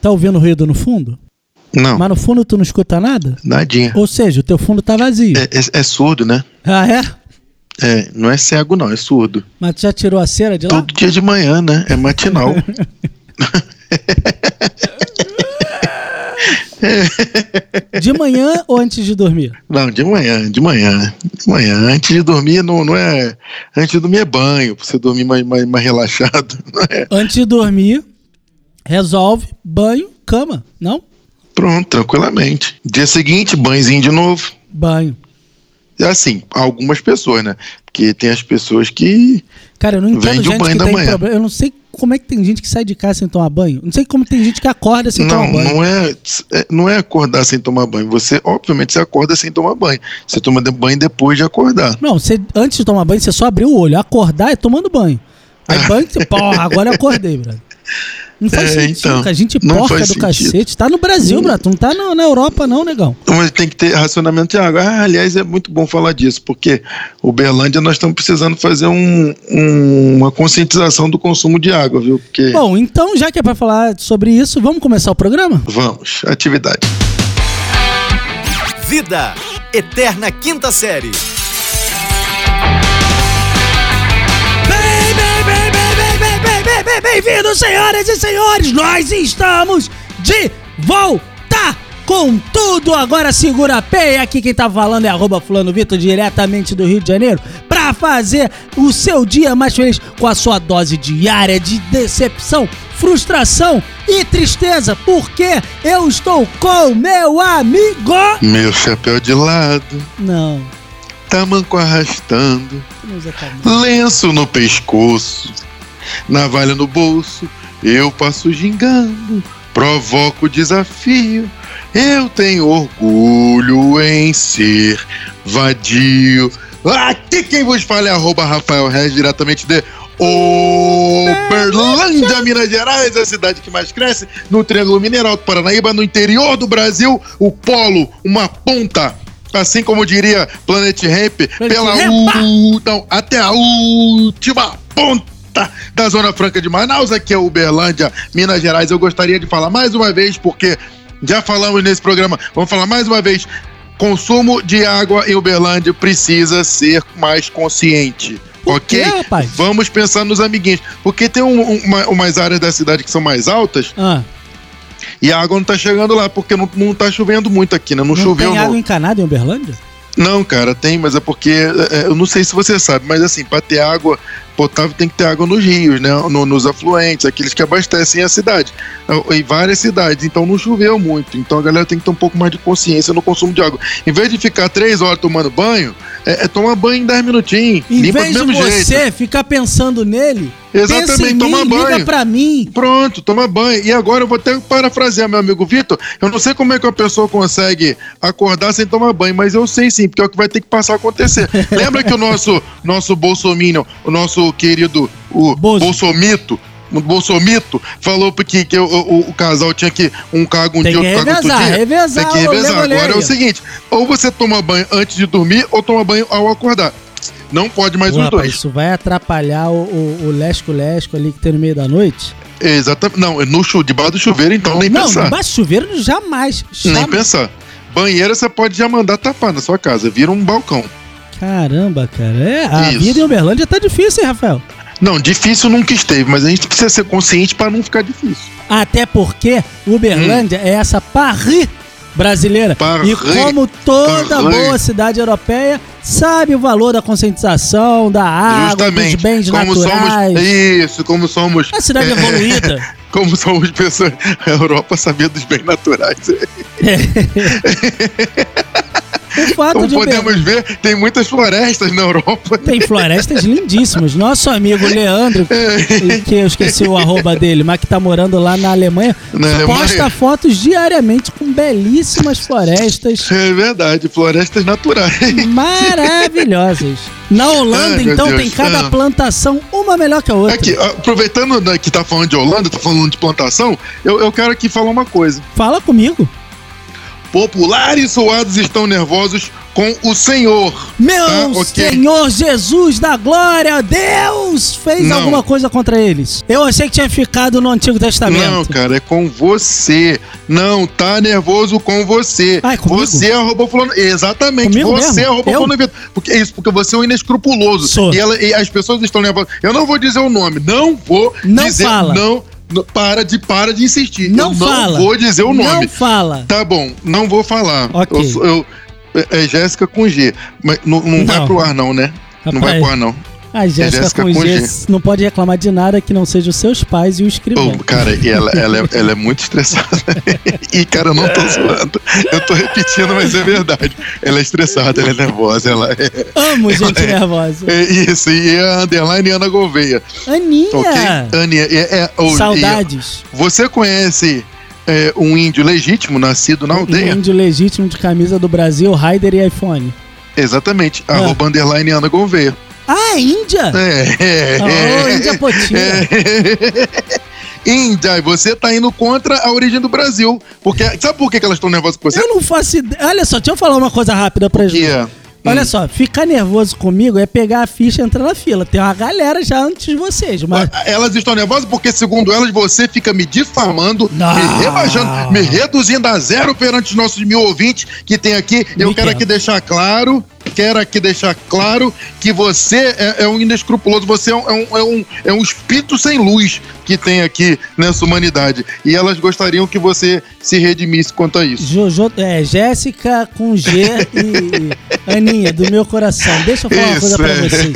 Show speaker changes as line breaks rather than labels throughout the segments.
Tá ouvindo ruído no fundo?
Não,
Mas no fundo tu não escuta nada?
nadinha.
Ou seja, o teu fundo tá vazio.
É, é- é surdo, né?
Ah, é?
É, não é cego, não, é surdo.
Mas tu já tirou a cera de lá?
Todo dia de manhã, né? É matinal.
De manhã ou antes de dormir?
Não, de manhã, de manhã. De manhã. Antes de dormir, não, não é. Antes de dormir é banho, pra você dormir mais, mais, mais relaxado. Não é.
Antes de dormir, resolve, banho, cama. Não?
Pronto, tranquilamente. Dia seguinte, banhozinho de novo.
Banho.
É assim, algumas pessoas, né? Porque tem as pessoas que.
Cara, eu não entendo
Vende o
gente
banho
que
da
tem
manhã.
problema. Eu não sei como é que tem gente que sai de casa sem tomar banho. Não sei como tem gente que acorda sem
não,
tomar banho.
não é, é- não é acordar sem tomar banho. Você, obviamente, você acorda sem tomar banho. Você toma de- banho depois de acordar.
Não, você, antes de tomar banho, você só abriu o olho. Acordar é tomando banho. Aí banho, você, porra, agora eu acordei, brother. Não faz
É,
sentido,
então,
cara. A gente
não
porca do
faz sentido.
cacete. Tá no Brasil, brother. Não tá na, na Europa, não, negão.
Mas tem que ter racionamento de água. Ah, aliás, é muito bom falar disso, porque Uberlândia nós estamos precisando fazer um- um- uma conscientização do consumo de água, viu? Porque.
Bom, então, já que é pra falar sobre isso, vamos começar o programa?
Vamos, atividade.
Vida, Eterna Quinta Série.
Bem, bem, bem, bem, bem, bem, bem, bem, bem-vindos, senhoras e senhores! Nós estamos de volta com tudo! Agora segura a pé, e aqui quem tá falando é arroba fulano Vitor, diretamente do Rio de Janeiro, pra fazer o seu dia mais feliz com a sua dose diária de decepção, frustração e tristeza, porque eu estou com meu amigo...
Meu chapéu de lado,
Não, é
tamanco arrastando,
não usa calma.
lenço no pescoço, navalha no bolso, eu passo gingando, provoco desafio. Eu tenho orgulho em ser vadio. Aqui quem vos fala é arroba Rafael Regis, diretamente de Uberlândia, Minas Gerais, a cidade que mais cresce no Triângulo Mineiro Alto Paranaíba, no interior do Brasil, o polo, uma ponta. Assim como diria Planet Ramp, pela
Ramp.
u- não, até a última ponta da Zona Franca de Manaus, aqui é Uberlândia, Minas Gerais. Eu gostaria de falar mais uma vez, porque já falamos nesse programa, vamos falar mais uma vez. Consumo de água em Uberlândia precisa ser mais consciente.
Por
ok?
quê, rapaz?
Vamos pensar nos amiguinhos. Porque tem um- um- uma- umas áreas da cidade que são mais altas
Ah,
e a água não tá chegando lá, porque não, não tá chovendo muito aqui, né? Não,
não
choveu.
tem
no-
água encanada em Uberlândia?
Não, cara, tem, mas é porque. é, é, eu não sei se você sabe, mas assim, pra ter água potável tem que ter água nos rios, né? No- nos afluentes, aqueles que abastecem a cidade. é, Em várias cidades. Então não choveu muito. Então a galera tem que ter um pouco mais de consciência no consumo de água. Em vez de ficar três horas tomando banho, é, é tomar banho em 10 minutinhos.
Em
limpa
vez
do
de
mesmo jeito.
você ficar pensando nele, pensa em
Exatamente, toma
mim, liga
banho.
pra mim.
Pronto, toma banho. E agora eu vou até parafrasear meu amigo Vitor. Eu não sei como é que uma pessoa consegue acordar sem tomar banho, mas eu sei sim, porque é o que vai ter que passar a acontecer. Lembra que o nosso, nosso Bolsominion, o nosso querido o
Bozo.
Bolsomito, o Bolsomito, falou que, que o, o- o casal tinha que um caga um
Tem
dia,
que
outro caga outro
revezar,
dia.
revezar, né,
Tem que
olha,
revezar.
olha,
Agora é
olha.
o seguinte, ou você toma banho antes de dormir, ou toma banho ao acordar. Não pode mais
Pô,
os
rapaz,
dois.
é isso vai atrapalhar o, o, o lesco-lesco ali que tem no meio da noite.
Exatamente. Não, no chu, debaixo do chuveiro, então nem
não,
pensar.
embaixo do chuveiro jamais.
Nem
Jamais.
pensar. Banheira você pode já mandar tapar na sua casa, vira um balcão.
Caramba, cara. É, a
Isso.
vida em Uberlândia tá difícil, hein, Rafael?
Não, difícil nunca esteve, mas a gente precisa ser consciente para não ficar difícil.
Até porque Uberlândia é essa Paris brasileira.
Hum. Paris.
E como toda
Paris.
boa cidade europeia, sabe o valor da conscientização, da água, dos Ah, bens naturais.
somos. Isso, como somos.
É a cidade
é,
evoluída.
Como somos pessoas. A Europa sabia dos bens naturais.
Tá O fato
Como
de Uberlândia-
Então podemos ver, tem muitas florestas na Europa.
Tem florestas lindíssimas. Nosso amigo Leandro, que eu esqueci o arroba dele, mas que tá morando lá na Alemanha,
Na
posta
Alemanha?
fotos diariamente com belíssimas florestas
É verdade, florestas naturais.
Hum. maravilhosas. Na Holanda,
Ai, Ah, meu
então,
Deus.
tem cada
Ah. É
plantação uma melhor que a outra.
Aqui, aproveitando né, que tá falando de Holanda, tá falando de plantação, eu, eu quero aqui falar uma coisa.
Fala comigo.
Populares suados estão nervosos com o Senhor.
Meu
Tá, ok.
Senhor Jesus da glória, Deus fez
Não.
alguma coisa contra eles. Eu achei que tinha ficado no Antigo Testamento.
Não, cara, é com você. Não tá nervoso com você.
Ah, é comigo?
você arroba fulano. Exatamente,
Comigo
você
mesmo?
arroba
Eu?
fulano Vitor. Porque é isso, porque você é um inescrupuloso.
Sou.
E, ela- e as pessoas estão nervosas. Eu não vou dizer o nome, não vou
Não
dizer
fala.
não. não- Para de, para de insistir.
Não
eu
fala.
não vou dizer o nome.
Não fala.
Tá bom, não vou falar.
Ok.
Eu sou- eu- é é Jéssica com G. Mas não, não
Não.
vai pro ar, não, né? Não vai
Rapaz,
pro ar, não.
A Jéssica,
Jéssica
com
com
G não pode reclamar de nada que não seja os seus pais e o escrivão.
Pô, cara, e ela, ela, é, ela é muito estressada. e, cara, eu não tô zoando. Eu tô repetindo, mas é verdade. Ela é estressada, ela é nervosa, ela é.
Amo gente nervosa.
é isso, e é a Underline Ana Gouveia.
Aninha!
Ok? Aninha, é, é, o- e-
Saudades.
você conhece é, um índio legítimo, nascido na
Um
aldeia?
índio legítimo de camisa do Brasil, Raider e iPhone.
Exatamente. Arroba Underline Ana Gouveia.
Ah, é Índia?
É, é,
Ah, Ô,
é.
Índia Potinha.
Índia, e você tá indo contra a origem do Brasil. Porque, sabe por que que elas estão nervosas com você?
Eu não faço ideia. Olha só, deixa eu falar uma coisa rápida pra gente.
Que é-
Olha só, ficar nervoso comigo é pegar a ficha e entrar na fila. Tem uma galera já antes de vocês, mas.
Elas estão nervosas porque, segundo elas, você fica me difamando,
Não.
me rebaixando, me reduzindo a zero perante os nossos mil ouvintes que tem aqui. Eu
Me
quero
quero.
aqui deixar claro, quero aqui deixar claro que você é, é um inescrupuloso, você é um, é, um, é, um, é um espírito sem luz que tem aqui nessa humanidade. E elas gostariam que você se redimisse quanto a isso.
Jojo, é, Jéssica com G e e Aninha, do meu coração. Deixa eu falar uma
Isso,
coisa pra
é.
vocês.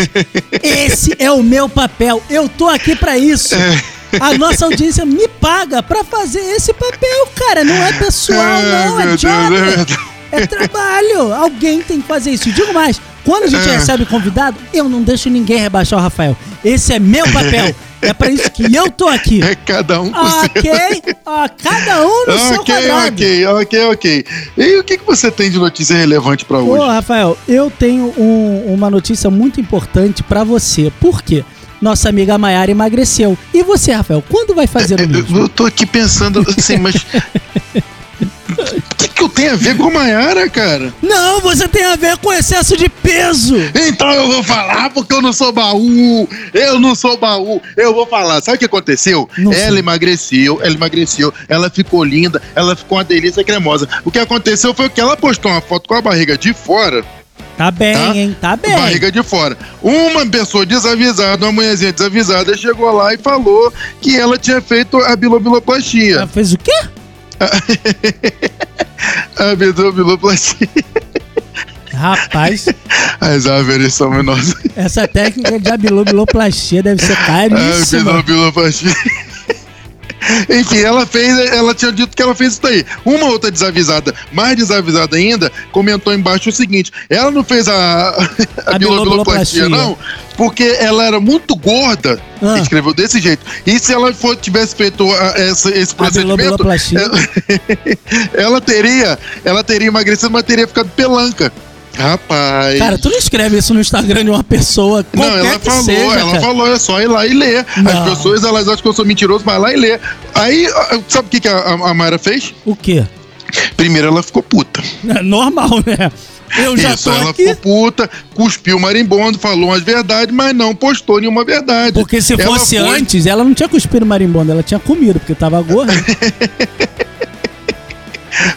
Esse é o meu papel. Eu tô aqui pra isso.
É.
A nossa audiência me paga pra fazer esse papel, cara. Não é pessoal,
Ai,
não. É
meu Deus, é
job.
verdade.
É trabalho. Alguém tem que fazer isso. E Digo mais, quando a gente
É.
recebe convidado, eu não deixo ninguém rebaixar o Rafael. Esse é meu papel. É pra isso que eu tô aqui.
É cada um com seu.
Ok, ó, cada um Ah, no seu
Ok,
quadrado.
ok, ok, ok. E o que, que você tem de notícia relevante pra
Ô,
hoje?
Rafael, eu tenho um- uma notícia muito importante pra você. Por quê? Nossa amiga Maiara emagreceu. E você, Rafael, quando vai fazer o mesmo?
Eu, eu tô aqui pensando assim, mas. O que, que eu tenho a ver com a Maiara, cara?
Não, você tem a ver com excesso de peso.
Então eu vou falar porque eu não sou baú. Eu não sou baú. Eu vou falar. Sabe o que aconteceu?
Não sei.
ela emagreceu, ela emagreceu, ela ficou linda, ela ficou uma delícia cremosa. O que aconteceu foi que ela postou uma foto com a barriga de fora.
Tá bem,
Tá?
hein? Tá bem.
Barriga de fora. Uma pessoa desavisada, uma mulherzinha desavisada, chegou lá e falou que ela tinha feito a bilobiloplastia.
Ela fez o quê? Ah.
A bilobiloplastia.
Rapaz,
As árvores são menores.
essa técnica de abilobiloplastia deve ser
Ah,
caríssima.
bilobiloplastia. Enfim, ela fez, ela tinha dito que ela fez isso daí. Uma outra desavisada, mais desavisada ainda, comentou embaixo o seguinte: ela não fez a, a,
A bilobiloplastia.
bilobiloplastia, não, porque ela era muito gorda,
Ah.
escreveu desse jeito. E se ela for- tivesse feito a- essa- esse um procedimento,
Abilobiloplastia.
ela teria, ela teria emagrecido, mas teria ficado pelanca. Rapaz.
Cara, tu não escreve isso no Instagram de uma pessoa qualquer
é, Não, ela
que
falou,
seja,
ela
cara.
falou, é só ir lá e ler.
Não.
As pessoas, elas acham que eu sou mentiroso, vai lá e lê. Aí, ah, sabe o que, que a, a Mayra fez?
O quê?
Primeiro ela ficou puta.
É normal, né? Eu já
Isso,
tô
ela
aqui.
ficou puta, cuspiu o marimbondo, falou umas verdades, mas não postou nenhuma verdade.
Porque se
Ela
fosse
foi-
antes, ela não tinha cuspido marimbondo, ela tinha comido, porque tava gorda.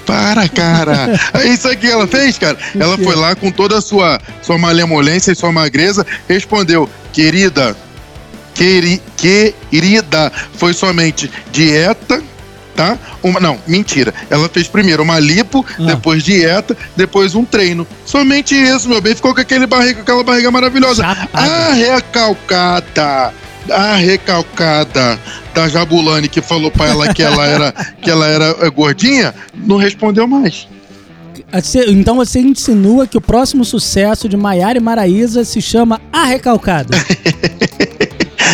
Para, cara. É isso aí que ela fez, cara. Ela foi lá com toda a sua, sua malemolência e sua magreza, respondeu, querida, queri, querida, foi somente dieta, tá? Uma, não, mentira. Ela fez primeiro uma lipo,
Ah.
depois dieta, depois um treino. Somente isso, meu bem. Ficou com aquele barriga, aquela barriga maravilhosa.
Chapada.
Arrecalcada. Arrecalcada da Jabulani que falou pra ela que ela era, que ela era eh, gordinha, não respondeu mais.
Você- Então você insinua que o próximo sucesso de Maiara e Maraísa se chama A Recalcada.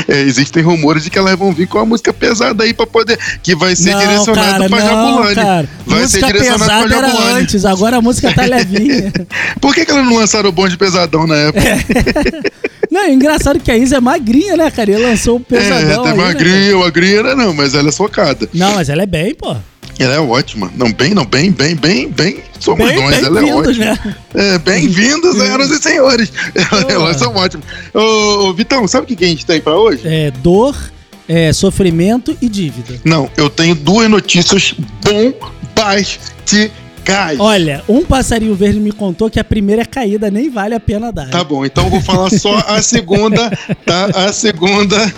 É, existem rumores de que elas vão vir com uma música pesada aí pra poder. Que vai ser
não,
direcionada
cara,
pra
não,
Jabulani.
cara.
Vai
música
ser direcionada
pesada
pra
era
Jabulani.
antes, agora a música tá levinha.
Por que, que elas não lançaram o bonde pesadão na
É,
época? É,
não, é engraçado que a Isa é magrinha, né, cara? E lançou um
É,
pesadão
até
aí, né,
magrinha, magrinha, não, mas ela é socada.
cara? Não, mas ela é bem, pô.
Ela é ótima. Não, bem, não, bem, bem, bem, bem. Somos
Bem-
nós, ela é
bem-vindos,
ótima.
né?
É, bem-vindos, senhoras e senhores. Elas
Boa.
são ótimas. Ô, ô, Vitão, sabe o que que a gente tem pra hoje?
É, dor, é, sofrimento e dívida.
Não, eu tenho duas notícias bombásticas.
Olha, um passarinho verde me contou que a primeira é caída, nem vale a pena dar.
Tá bom, então eu vou falar só a segunda, tá? A segunda.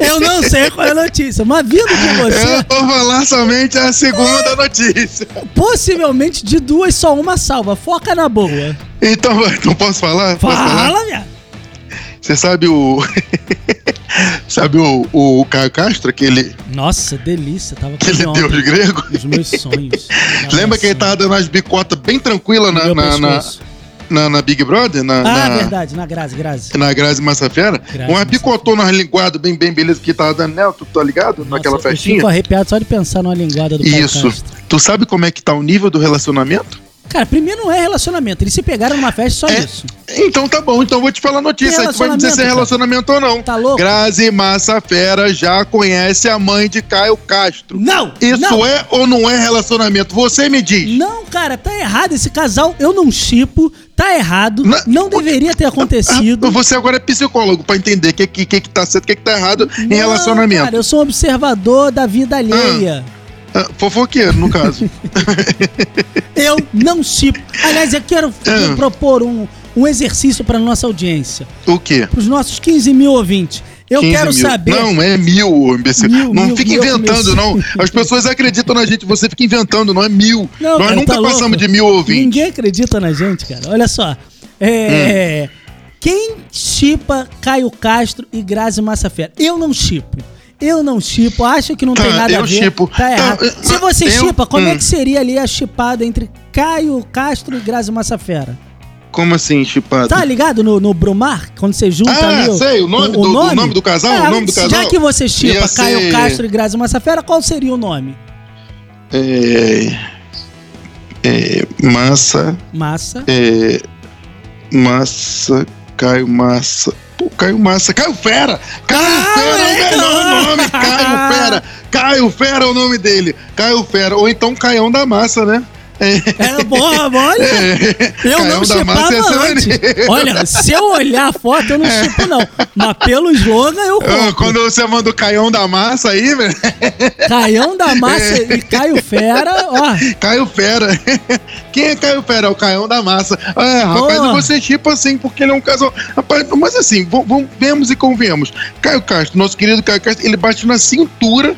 Eu não sei qual é a notícia, mas vindo de
Eu
você, é
vou falar somente a segunda notícia.
possivelmente de duas só uma salva. Foca na boa.
Então, vai, então posso falar? Posso falar?
Fala, minha.
Você sabe o. sabe o, o Caio Castro, aquele,
Nossa, delícia. Tava com
aquele
fome
deus
ontem.
grego?
Os meus sonhos.
Lembra que ele tava dando umas bicotas bem tranquilas na,
Meu
na, na,
pescoço.
na- na Big Brother? Na,
Ah,
na,
verdade, na Grazi, Grazi.
na Grazi Massafera?
Grazi
Umas bicotou nas linguadas bem, bem beleza que tava dando nela, tu tá ligado? Naquela
Nossa,
festinha?
Eu fico arrepiado só de pensar numa linguada do Caio
Isso.
Castro.
Tu sabe como é que tá o nível do relacionamento?
Cara, primeiro não é relacionamento. Eles se pegaram numa festa só
É.
isso.
Então tá bom, então eu vou te falar a notícia.
Tem
Aí tu vai me dizer se é
relacionamento,
relacionamento ou não.
Tá louco?
Grazi Massa Fera já conhece a mãe de Caio Castro.
Não!
Isso
não.
é ou não é relacionamento? Você me diz.
Não, cara, tá errado. Esse casal eu não chipo, tá errado.
Na-
Não deveria ter acontecido.
Ah, você agora é psicólogo pra entender o que, que, que que tá certo, o que, que tá errado em
Não,
relacionamento.
Cara, eu sou um observador da vida alheia.
Ah, fofoqueiro, no caso.
Eu não chipo. Aliás, eu quero
Ah.
propor um, um exercício pra nossa audiência,
o quê?
pros nossos 15 mil ouvintes. Eu
15
quero
mil.
saber.
Não, é mil, ô imbecil.
Mil,
não
mil,
fica
mil,
inventando,
imbecil.
não. As pessoas acreditam na gente, você fica inventando, não é mil.
Não,
Nós
cara,
nunca
tá louco.
passamos de mil ouvintes.
Ninguém acredita na gente, cara. Olha só. É, Quem chipa Caio Castro e Grazi Massafera? Eu não chipo. Eu não chipo, acho que não
Tá,
tem nada a
eu
ver.
chipo.
Tá errado.
Tá, eu-
Se você
eu-
chipa, como é
hum.
que seria ali a chipada entre Caio Castro e Grazi Massafera?
Como assim, chipado?
Tá ligado no, no Brumar? Quando você junta
Ah,
ali.
sei, o nome do- do nome do casal, o nome do
É, Já
casal.
que você chipa
Ia
Caio
ser-
Castro e Grazi Massafera, qual seria o nome?
É, é, massa,
Massa.
é, massa, Caio Massa. Pô, Caio Massa, Caio Fera! Caio
Ah,
Fera é o
legal!
melhor nome, Caio Fera! Caio Fera é o nome dele, Caio Fera, ou então Caião da Massa, né?
É boa, olha. Eu
Caião
não
É. da
chipava
Massa é ia ser
antes.
maneiro.
Olha, se eu olhar a foto, eu não chipo, não. Mas pelo slogan, eu
Ah,
compro.
Quando você manda o Caião da Massa aí, velho,
Caião da Massa
É.
e Caio Fera, ó.
Caio Fera. Quem é Caio Fera? É o Caião da Massa. É, rapaz,
Porra.
você tipo assim, porque ele é um casal. Rapaz, mas assim, v- v- vemos e convenhamos. Caio Castro, nosso querido Caio Castro, ele bate na cintura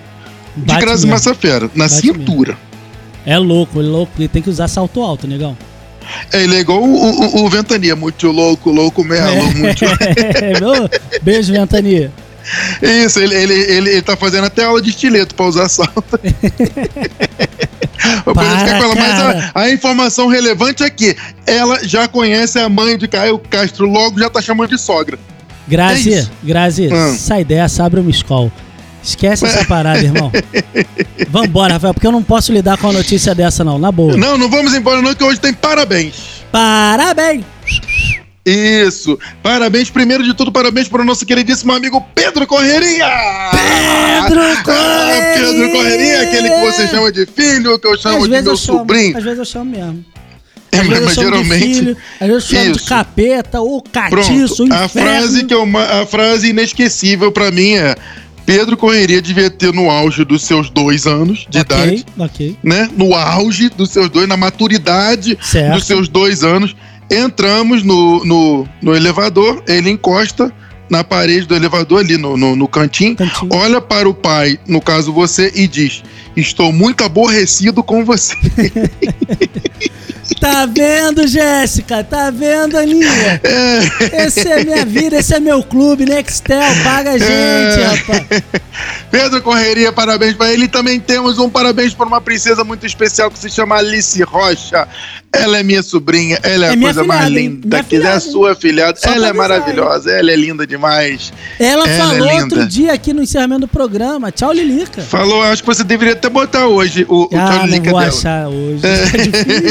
de
Bate
Grazi
mesmo.
Massa Fera. Na
Bate
cintura.
É louco, é louco. Ele tem que usar salto alto, negão.
É, ele é igual o, o- o Ventania, muito louco, louco mesmo. Muito...
É, meu- Beijo, Ventania.
Isso, ele, ele, ele, ele tá fazendo até aula de estileto pra usar salto. Ô, Pedro,
Para,
fica é com ela, mas
cara.
a, a informação relevante é que ela já conhece a mãe de Caio Castro, logo já tá chamando de sogra.
Grazi,
É isso.
Grazi,
Hum.
sai dessa, abre uma escola. Esquece essa parada, irmão. Vambora, Rafael, porque eu não posso lidar com a notícia dessa, não. Na boa.
Não, não vamos embora não, que hoje tem parabéns.
Parabéns!
Isso. Parabéns, primeiro de tudo, parabéns para o nosso queridíssimo amigo Pedro Correria.
Pedro
Ah, Pedro Correria, aquele que você chama de filho, que eu chamo de meu sobrinho.
Às vezes eu chamo mesmo.
É,
Às vezes um eu
mas
chamo de
geralmente...
filho, às vezes eu chamo de
Isso.
capeta, ou catiço,
Pronto,
ou
a frase,
um inferno.
que eu, ma- a frase inesquecível para mim é Pedro Correria devia ter no auge dos seus dois anos de idade,
Ok, ok.
né? No auge dos seus dois, na maturidade
Certo.
dos seus dois anos. Entramos no, no, no elevador, ele encosta na parede do elevador, ali no, no, no cantinho,
Cantinho.
olha para o pai, no caso você, e diz: Estou muito aborrecido com você.
Tá vendo, Jéssica? Tá vendo, Aninha? Essa é minha vida, esse é meu clube, Nextel, paga a gente,
É.
rapaz.
Pedro Correria, parabéns para ele. E também temos um parabéns para uma princesa muito especial que se chama Alice Rocha. Ela é minha sobrinha, ela é,
É
a
minha
coisa mais
afilhada, hein?
linda.
Minha
Que é a
afilhada,
sua filhada.
Só
ela
pra
é
avisar,
maravilhosa, ela é linda demais.
Ela
Ela é
falou
linda.
outro dia aqui no encerramento do programa. Tchau, Lilica.
Falou, acho que você deveria até botar hoje o, o
ah,
tchau
não
link
vou
dela.
achar hoje. É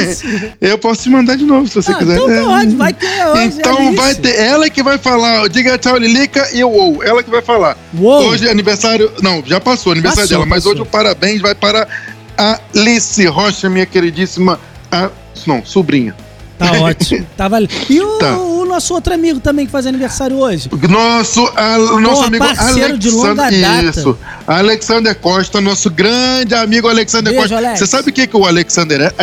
difícil.
Eu posso te mandar de novo se você
Ah,
quiser.
então
É.
pode, vai que é hoje.
Então
Alice.
vai ter. Ela que vai falar. Diga tchau, Lilica e eu ou. Ela que vai falar.
Uou.
Hoje é aniversário. Não, já passou o aniversário
Passou,
dela, mas
passou.
hoje o parabéns vai para Alice Rocha, minha queridíssima. A... Não, sobrinha.
Tá ótimo. Tá valendo. E o,
Tá.
o nosso outro amigo também que faz aniversário hoje?
Nosso, a- o nosso
Porra,
amigo
parceiro de longa data.
Isso. Alexander Costa, nosso grande amigo Alexander
Beijo,
Costa.
Alex.
Você sabe o que, que o Alexander é?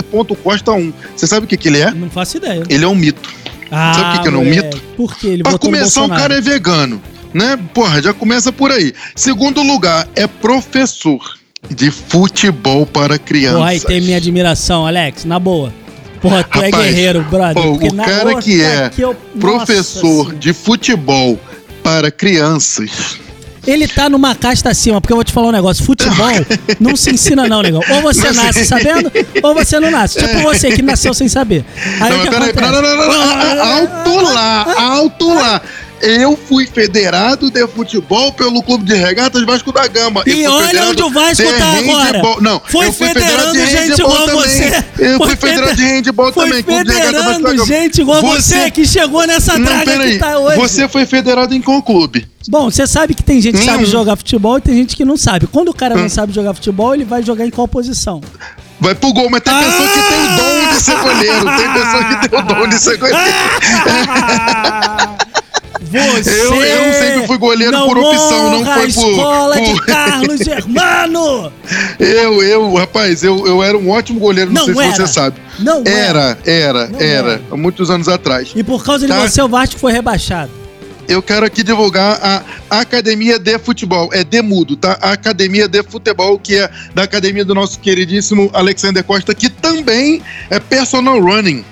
Alexander.costa1. Você sabe o que, que ele é?
Não faço ideia.
Ele é um mito.
Ah,
Sabe por que que eu não
moleque.
mito?
Por quê? Ele
Pra
votou no
começar, o
Bolsonaro.
cara é vegano, né? Porra, já começa por aí. Segundo lugar, é professor de futebol para crianças.
Porra, aí tem minha admiração, Alex, na boa. Porra, tu é
Rapaz,
guerreiro, brother.
ó,
porque
o
na
cara
outra
que é
aqui eu- Nossa
Professor
senhora.
de futebol para crianças.
Ele tá numa casta acima, porque eu vou te falar um negócio. Futebol não se ensina não, negão. Ou você
Não
nasce
se-
sabendo, ou você não nasce. Tipo você que nasceu sem saber. Aí
Não,
o que
mas peraí,
acontece?
peraí, não, não, não, não, não, alto lá, alto lá. Eu fui federado de futebol pelo Clube de Regatas Vasco da Gama. Eu
E
fui
olha
federado
onde o Vasco
de
tá agora.
handball. Não,
Foi
eu fui
federando
federado de
gente
handball
igual
também.
você.
Eu
Foi
fui federado de
feder-
handball
Foi
também. Clube de Regatas Vasco da
federando
Gama.
gente igual você, que chegou nessa
Não,
draga que
peraí.
tá hoje.
Você foi federado em qual clube?
Bom, você sabe que tem gente que sabe
Nenhum.
jogar futebol e tem gente que não sabe. Quando o cara não
Hum.
sabe jogar futebol, ele vai jogar em qual posição?
Vai pro gol, mas tem
Ah!
pessoa que tem o dom de ser goleiro. Tem pessoa que tem o dom de ser goleiro.
Você
Eu- eu sempre fui goleiro por opção, não
honra
foi
a
por-
escola de
por-
Carlos Germano!
Eu, eu, rapaz, eu, eu era um ótimo goleiro, não,
Não
sei se
era.
você sabe.
Não era.
Era, era,
Não
era.
era.
Há muitos anos atrás.
E por causa de
Tá.
você, o Vasco foi rebaixado.
Eu quero aqui divulgar a Academia de Futebol. É de mudo, tá? A Academia de Futebol, que é da academia do nosso queridíssimo Alexander Costa, que também é personal running.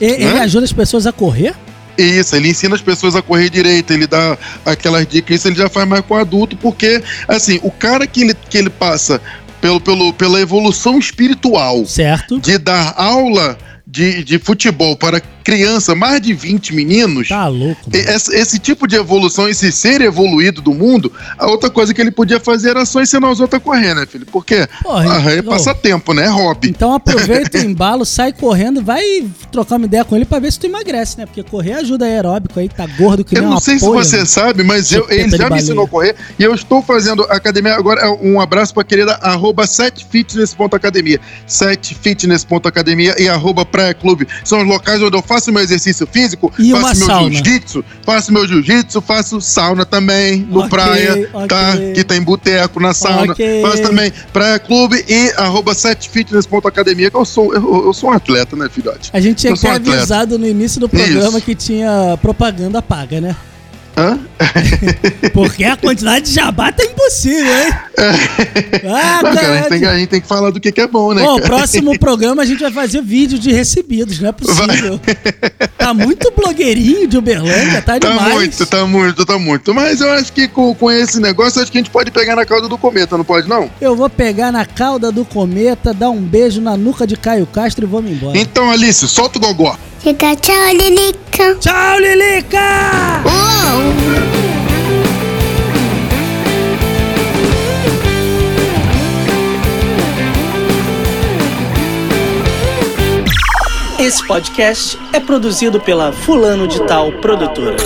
E- Ele
Né?
ajuda as pessoas a correr?
Isso, ele ensina as pessoas a correr direito, ele dá aquelas dicas, isso ele já faz mais com adulto, porque, assim, o cara que ele, que ele passa pelo, pelo, pela evolução espiritual
Certo.
de dar aula de, de futebol para criança, mais de 20 meninos.
Tá louco,
e-
mano.
Esse, esse tipo de evolução, esse ser evoluído do mundo, a outra coisa que ele podia fazer era só ensinar os outros a correr, né, filho? Porque
Porra,
ah, é
então-
passatempo, né? É hobby.
Então aproveita o embalo, sai correndo, vai trocar uma ideia com ele pra ver se tu emagrece, né? Porque correr ajuda aeróbico aí, tá gordo que
Eu
nem
não
uma
sei se
poia, né?
você
mano.
sabe, mas eu-
Chupeta
ele
de
já me
baleia.
ensinou a correr e eu estou fazendo academia. Agora, um abraço para a querida arroba 7fitness.academia. 7fitness.academia e arroba praia clube. São os locais onde eu faço meu exercício físico,
E uma
faço meu
sauna.
jiu-jitsu, faço meu jiu-jitsu, faço sauna também no
Ok,
praia,
ok.
tá? Que tem boteco na sauna.
Ok.
Faço também praia clube e arroba 7fitness.academia. que Eu sou, eu, eu sou um atleta, né, filhote?
A gente tinha
Eu
que ter
sou um atleta.
avisado no início do programa
Isso.
que tinha propaganda paga, né?
Hã?
Porque a quantidade de jabá tá impossível, hein? Ah,
É. Não, cara, a gente,
caralho.
tem, que- a gente tem que falar do que, que é bom, né?
Bom, o
cara?
próximo programa a gente vai fazer vídeo de recebidos, não é possível. Tá muito blogueirinho de Uberlândia, tá
Tá
demais.
muito, tá muito, tá muito. Mas eu acho que com, com esse negócio, acho que a gente pode pegar na cauda do cometa, não pode não?
Eu vou pegar na cauda do cometa, dar um beijo na nuca de Caio Castro e vou me embora.
Então, Alice, solta o gogó.
Fica tchau, Lilica.
Tchau, Lilica!
Esse podcast é produzido pela Fulano de Tal Produtora.